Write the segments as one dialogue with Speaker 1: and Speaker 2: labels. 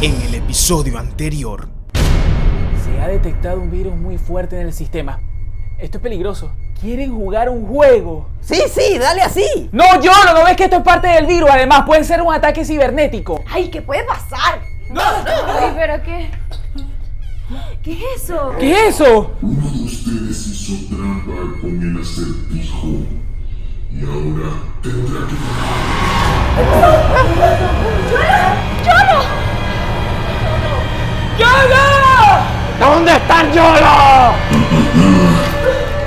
Speaker 1: En el episodio anterior,
Speaker 2: Se ha detectado un virus muy fuerte en el sistema. Esto es peligroso. ¿Quieren jugar un juego?
Speaker 3: Sí, sí, dale así.
Speaker 2: No, yo ¿no ves que esto es parte del virus? Además, puede ser un ataque cibernético.
Speaker 4: ¡Ay, qué puede pasar!
Speaker 5: Ay, pero qué. ¿Qué es eso?
Speaker 2: ¿Qué es eso?
Speaker 6: Uno de ustedes hizo trampa con el acertijo y ahora tendrá que pagar.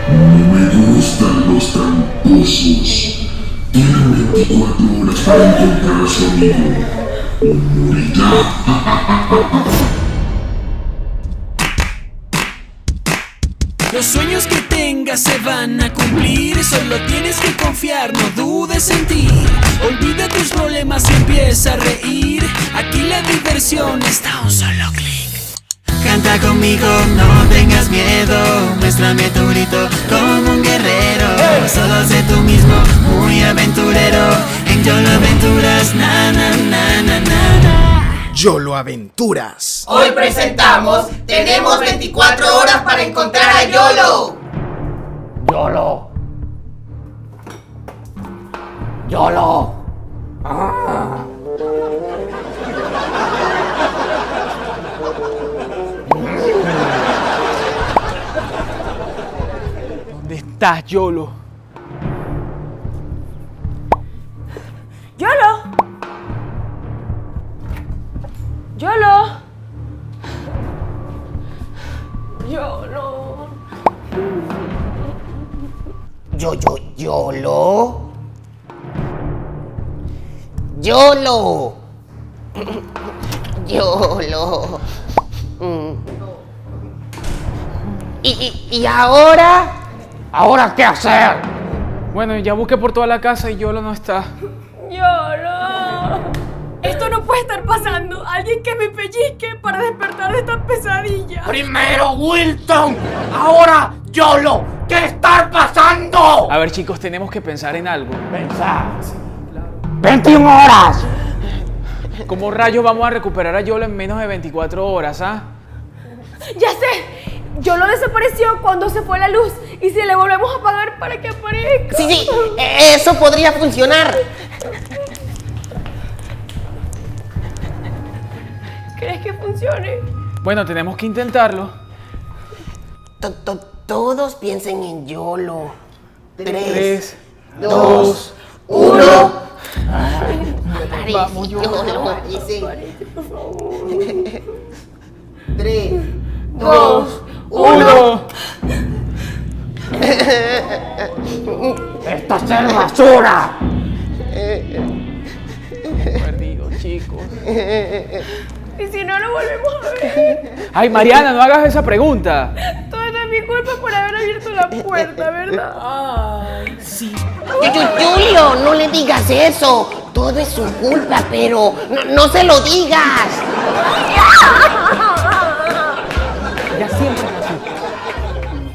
Speaker 6: No me gustan los tramposos. Tienen 24 horas para encontrar a su amigo. O morirá.
Speaker 7: Los sueños que tengas se van a cumplir, solo tienes que confiar, no dudes en ti. Olvida tus problemas y empieza a reír, aquí la diversión está a un solo clic. Canta conmigo, no tengas miedo, muéstrame tu grito como un guerrero. Solo sé tú mismo, muy aventurero, en Yolo Aventuras, na na na na na na.
Speaker 1: Yolo Aventuras.
Speaker 3: Hoy presentamos, tenemos 24 horas para encontrar a Yolo. Yolo. Yolo.
Speaker 2: ¿Dónde estás, Yolo?
Speaker 5: ¡Yolo! ¡Yolo! ¡Yolo!
Speaker 3: Yo, yo, Yolo. Yolo. Yolo. Mm. ¿Y, y, y ahora? ¿Ahora qué hacer?
Speaker 2: Bueno, ya busqué por toda la casa y Yolo no está.
Speaker 5: ¡Yolo! Esto no puede estar pasando. Alguien que me pellizque para despertar de esta pesadilla.
Speaker 3: Primero Wilton, ahora Yolo. ¿Qué está pasando?
Speaker 2: A ver, chicos, tenemos que pensar en algo.
Speaker 3: 21 horas.
Speaker 2: ¿Cómo rayos vamos a recuperar a Yolo en menos de 24 horas, ah?
Speaker 5: ¡Ya sé! Yolo desapareció cuando se fue la luz. Y si le volvemos a apagar para que aparezca.
Speaker 3: Sí, sí, e- eso podría funcionar.
Speaker 5: ¿Crees que funcione?
Speaker 2: Bueno, tenemos que intentarlo.
Speaker 3: To- to- Todos piensen en Yolo. Tres,
Speaker 2: Tres,
Speaker 3: dos, uno. Vamos, Yolo. sí. Tres, dos, uno.
Speaker 2: uno.
Speaker 3: ¡Esta es basura!
Speaker 2: Perdidos, chicos.
Speaker 5: Y si no lo volvemos a ver.
Speaker 2: Ay, Mariana, no hagas esa pregunta.
Speaker 5: Todo es mi culpa por haber abierto
Speaker 3: Eh,
Speaker 5: la puerta, ¿verdad?
Speaker 3: Julio, no le digas eso. Todo es su culpa, pero no, no se lo digas.
Speaker 2: Ya siempre es así.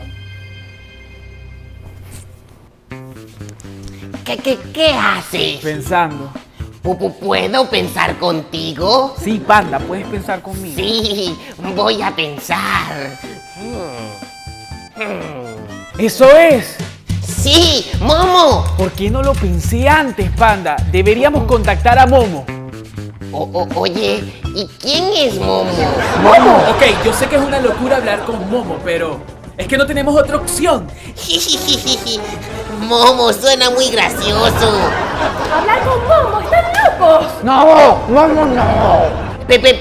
Speaker 3: ¿Qué, qué, qué haces?
Speaker 2: Pensando.
Speaker 3: ¿Pu- pu- ¿Puedo pensar contigo?
Speaker 2: Sí, panda, puedes pensar conmigo.
Speaker 3: Sí, voy a pensar.
Speaker 2: Eso es.
Speaker 3: Sí, Momo.
Speaker 2: ¿Por qué no lo pensé antes, panda? Deberíamos contactar a Momo.
Speaker 3: O- o- oye, ¿y quién es Momo?
Speaker 2: Ok, yo sé que es una locura hablar con Momo, pero es que no tenemos otra opción.
Speaker 3: Momo suena muy gracioso. eh.
Speaker 5: ¡Hablar con Momo! ¡Están locos!
Speaker 3: No, Momo no.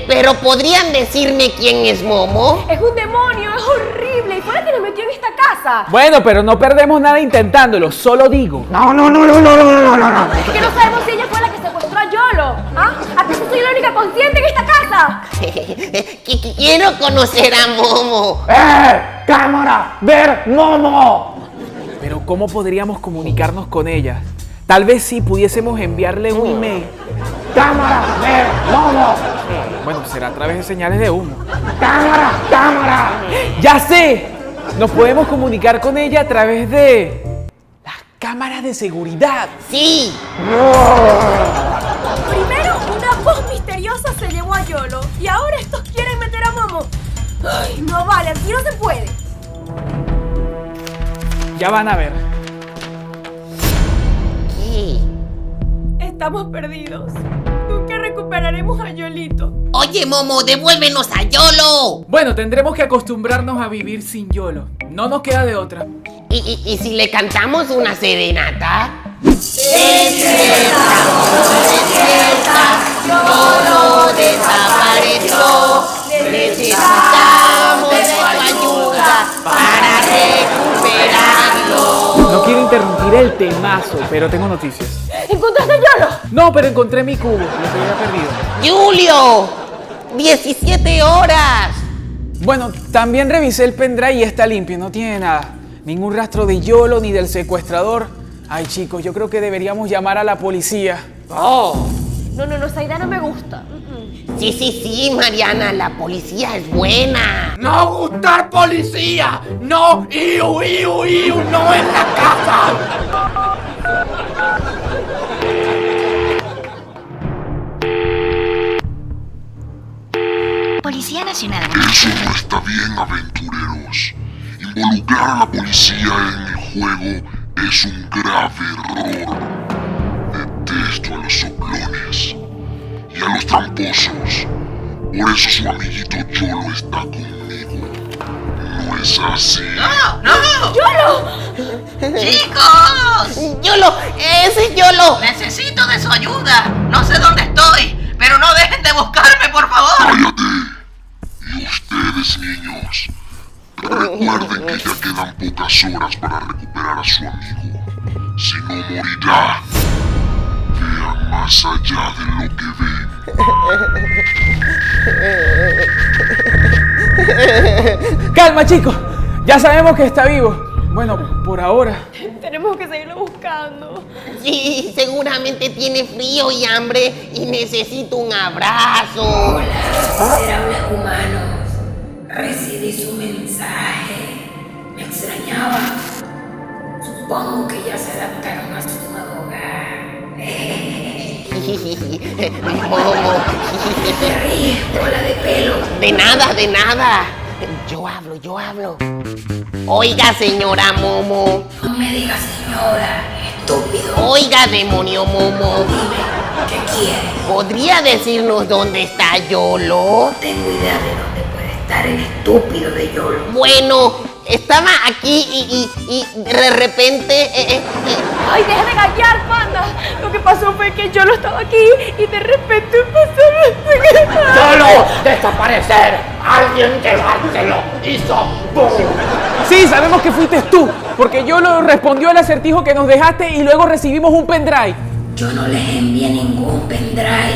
Speaker 3: pero podrían decirme quién es Momo?
Speaker 5: ¡Es un demonio! ¡Es horrible! ¿Y fue el que nos metió en esta casa?
Speaker 2: Bueno, pero no perdemos nada intentándolo, solo digo.
Speaker 3: No, no, no, no, no, no, no, no.
Speaker 5: Es que no sabemos si ella fue la que secuestró a Yolo. ¿Ah? ¿Acaso soy la única consciente en esta casa?
Speaker 3: Quiero conocer a Momo.
Speaker 2: Pero ¿cómo podríamos comunicarnos con ella? Tal vez si pudiésemos enviarle un email. Eh,
Speaker 3: Cámara, ver, Momo.
Speaker 2: Bueno, será a través de señales de humo.
Speaker 3: Cámara, cámara.
Speaker 2: ¡Ya sé! Nos podemos comunicar con ella a través de las cámaras de seguridad.
Speaker 3: Sí,
Speaker 5: Primero, una voz misteriosa se llevó Yolo y ahora estos quieren meter a Momo. Ay, no vale, aquí no se puede.
Speaker 2: Ya van a ver.
Speaker 3: ¿Qué?
Speaker 5: Estamos perdidos. Nunca recuperaremos a Yolito.
Speaker 3: Oye, Momo, devuélvenos a Yolo.
Speaker 2: Bueno, tendremos que acostumbrarnos a vivir sin Yolo. No nos queda de otra.
Speaker 3: ¿Y, y- y si le cantamos una serenata? Yolo desapareció. Necesitamos tu ayuda para recuperarlo.
Speaker 2: No quiero interrumpir el temazo, pero tengo noticias.
Speaker 5: ¿Encontraste a Yolo?
Speaker 2: No, pero encontré mi cubo. Lo que había perdido.
Speaker 3: Julio, 17 horas.
Speaker 2: Bueno, también revisé el pendrive y está limpio, no tiene nada. Ningún rastro de Yolo ni del secuestrador. Ay chicos, yo creo que deberíamos llamar a la policía.
Speaker 3: Oh.
Speaker 5: No, no, no, esa idea no me gusta.
Speaker 3: Sí, sí, sí, Mariana, la policía es buena.
Speaker 4: ¡No gustar policía! ¡No! ¡Iu, iu, iu! ¡No en la casa!
Speaker 8: Policía Nacional.
Speaker 6: Eso no está bien, aventureros. Involucrar a la policía en el juego es un grave error. Detesto a los soplones y a los tramposos. Por eso su amiguito Yolo está conmigo. ¿No es así?
Speaker 8: ¡Chicos!
Speaker 3: Yolo, ese es Yolo.
Speaker 8: Necesito de su ayuda. No sé dónde estoy, pero no dejen de buscarme, por favor.
Speaker 6: ¡Cállate! Y ustedes, niños, recuerden que ya quedan pocas horas para recuperar a su amigo. Si no, morirá. Vean más allá de lo que ven.
Speaker 2: Calma chicos, ya sabemos que está vivo. Bueno, por ahora.
Speaker 5: Tenemos que seguirlo buscando.
Speaker 3: Sí, seguramente tiene frío y hambre y necesita un abrazo.
Speaker 9: Miserables humanos, recibí su mensaje. Me extrañaba. Supongo que ya se adaptaron a su nuevo hogar.
Speaker 3: Momo,
Speaker 9: Te ríes, bola de pelo.
Speaker 3: de nada, de nada. Yo hablo, yo hablo. Oiga, señora Momo.
Speaker 9: No me digas señora, estúpido.
Speaker 3: Oiga, demonio Momo.
Speaker 9: ¿Qué quieres?
Speaker 3: ¿Podría decirnos dónde está Yolo?
Speaker 9: Tengo idea de dónde puede estar el estúpido de Yolo.
Speaker 3: Bueno, estaba aquí y, y- y de repente... eh, eh, eh,
Speaker 5: Ay, deja de gallar, panda. Lo que pasó fue que Yolo estaba aquí y de repente empezó a...
Speaker 4: ¡Solo desaparecer! ¡Alguien llevárselo! ¡Hizo boom!
Speaker 2: Sí, sabemos que fuiste tú, porque Yolo respondió al acertijo que nos dejaste y luego recibimos un pendrive.
Speaker 9: Yo no les envié ningún pendrive.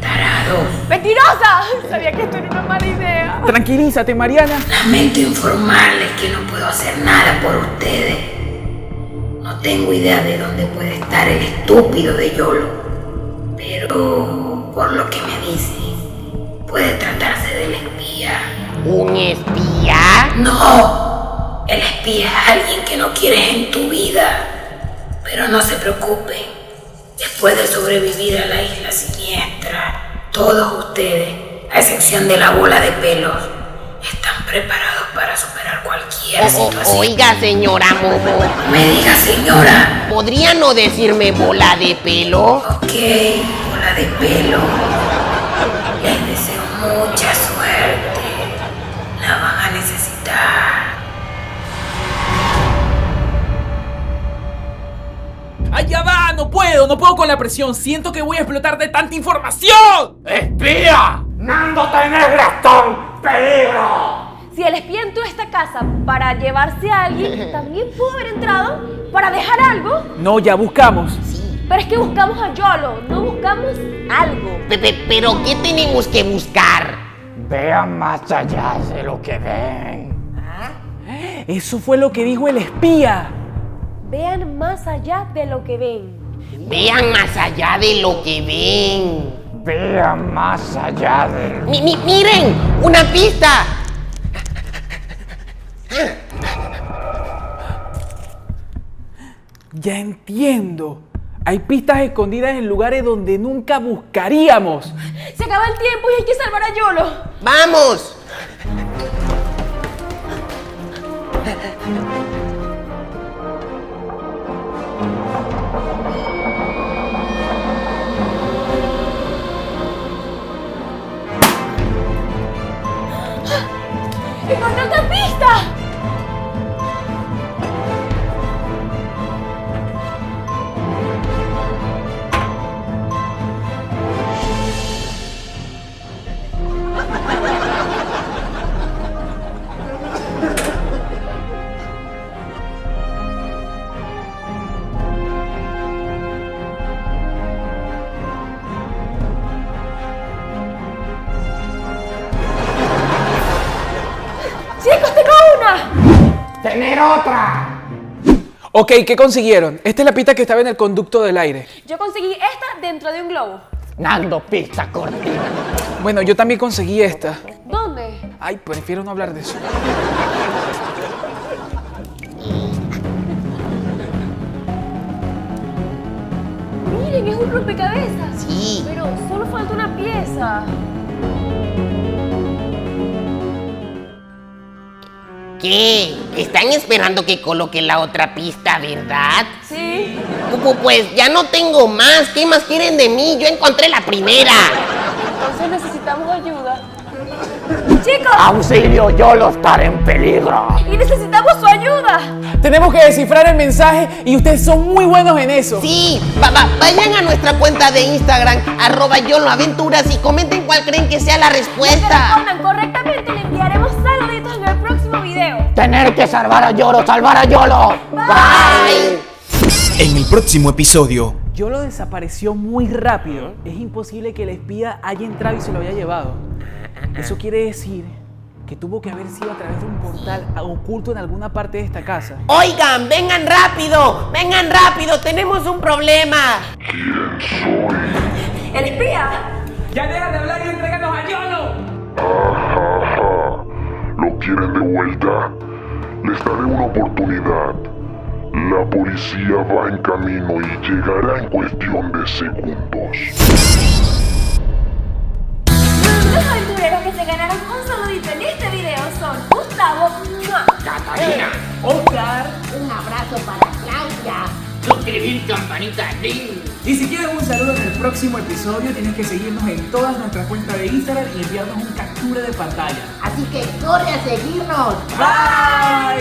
Speaker 9: Tarados.
Speaker 5: ¡Mentirosa! Sabía que esto era una mala idea.
Speaker 2: Tranquilízate, Mariana.
Speaker 9: Lamento informarles que no puedo hacer nada por ustedes. No tengo idea de dónde puede estar el estúpido de Yolo. Pero por lo que me dicen, puede tratarse del espía.
Speaker 3: ¿Un espía?
Speaker 9: No, el espía es alguien que no quieres en tu vida. Pero no se preocupen. Después de sobrevivir a la isla siniestra, todos ustedes, a excepción de la bola de pelos, están preparados para superar cualquier
Speaker 3: O- o-
Speaker 9: situación.
Speaker 3: oiga, señora Momo.
Speaker 9: No me diga, señora.
Speaker 3: ¿Podría no decirme bola de pelo?
Speaker 9: Ok, bola de pelo. Les deseo mucha suerte. La van a necesitar.
Speaker 2: Allá va, no puedo, no puedo con la presión. Siento que voy a explotar de tanta información.
Speaker 4: ¡Espía! ¡Nando Tenegrastón! ¡Peligro!
Speaker 5: Si el espía entró a esta casa para llevarse a alguien, también pudo haber entrado para dejar algo.
Speaker 2: No, ya buscamos.
Speaker 5: Pero es que buscamos a Yolo, no buscamos algo.
Speaker 3: Pe- pe- ¿Pero qué tenemos que buscar?
Speaker 4: Vean más allá de lo que ven.
Speaker 2: Eso fue lo que dijo el espía.
Speaker 5: Vean más allá de lo que ven.
Speaker 3: Vean más allá de lo que ven.
Speaker 4: Vean más allá de lo
Speaker 3: Mi- mi- ¡Miren! ¡Una pista!
Speaker 2: Ya entiendo. Hay pistas escondidas en lugares donde nunca buscaríamos.
Speaker 5: Se acaba el tiempo y hay que salvar a Yolo.
Speaker 3: ¡Vamos!
Speaker 5: ¡Encontré otra pista! ¡Chicos, tengo una!
Speaker 4: ¡Tener otra!
Speaker 2: Ok, ¿qué consiguieron? Esta es la pista que estaba en el conducto del aire.
Speaker 5: Yo conseguí esta dentro de un globo.
Speaker 4: Nando, pista cortina.
Speaker 2: Bueno, yo también conseguí esta.
Speaker 5: ¿Dónde?
Speaker 2: Ay, prefiero no hablar de eso.
Speaker 5: Miren, es un rompecabezas.
Speaker 3: Sí.
Speaker 5: Pero solo falta una pieza.
Speaker 3: ¿Qué? Están esperando que coloque la otra pista, ¿verdad?
Speaker 5: Sí.
Speaker 3: Pu- pu- Pues ya no tengo más. ¿Qué más quieren de mí? Yo encontré la primera.
Speaker 5: Entonces necesitamos ayuda. ¡Chicos!
Speaker 4: Auxilio, yo lo estaré en peligro.
Speaker 5: ¡Y necesitamos su ayuda!
Speaker 2: Tenemos que descifrar el mensaje y ustedes son muy buenos en eso.
Speaker 3: Sí, va- va- vayan a nuestra cuenta de Instagram, arroba yoloaventuras y comenten cuál creen que sea la
Speaker 5: Que
Speaker 3: respuesta.
Speaker 5: respondan correctamente le enviaremos saluditos en el próximo video.
Speaker 4: Tener que salvar a Yolo, salvar a Yolo.
Speaker 3: Bye.
Speaker 1: En el próximo episodio,
Speaker 2: Yolo desapareció muy rápido. Es imposible que el espía haya entrado y se lo haya llevado. Eso quiere decir que tuvo que haber sido a través de un portal oculto en alguna parte de esta casa.
Speaker 3: Oigan, vengan rápido, vengan rápido, tenemos un problema.
Speaker 5: ¡El espía!
Speaker 6: Ajaja. ¿Lo quieren de vuelta? Les daré una oportunidad. La policía va en camino y llegará en cuestión de segundos.
Speaker 5: Los aventureros que se ganaron un saludito en este video son Gustavo, ¡mua!
Speaker 2: Y si quieres un saludo en el próximo episodio, tienes que seguirnos en todas nuestras cuentas de Instagram y enviarnos un captura de pantalla.
Speaker 9: Así que corre a seguirnos.
Speaker 2: ¡Bye!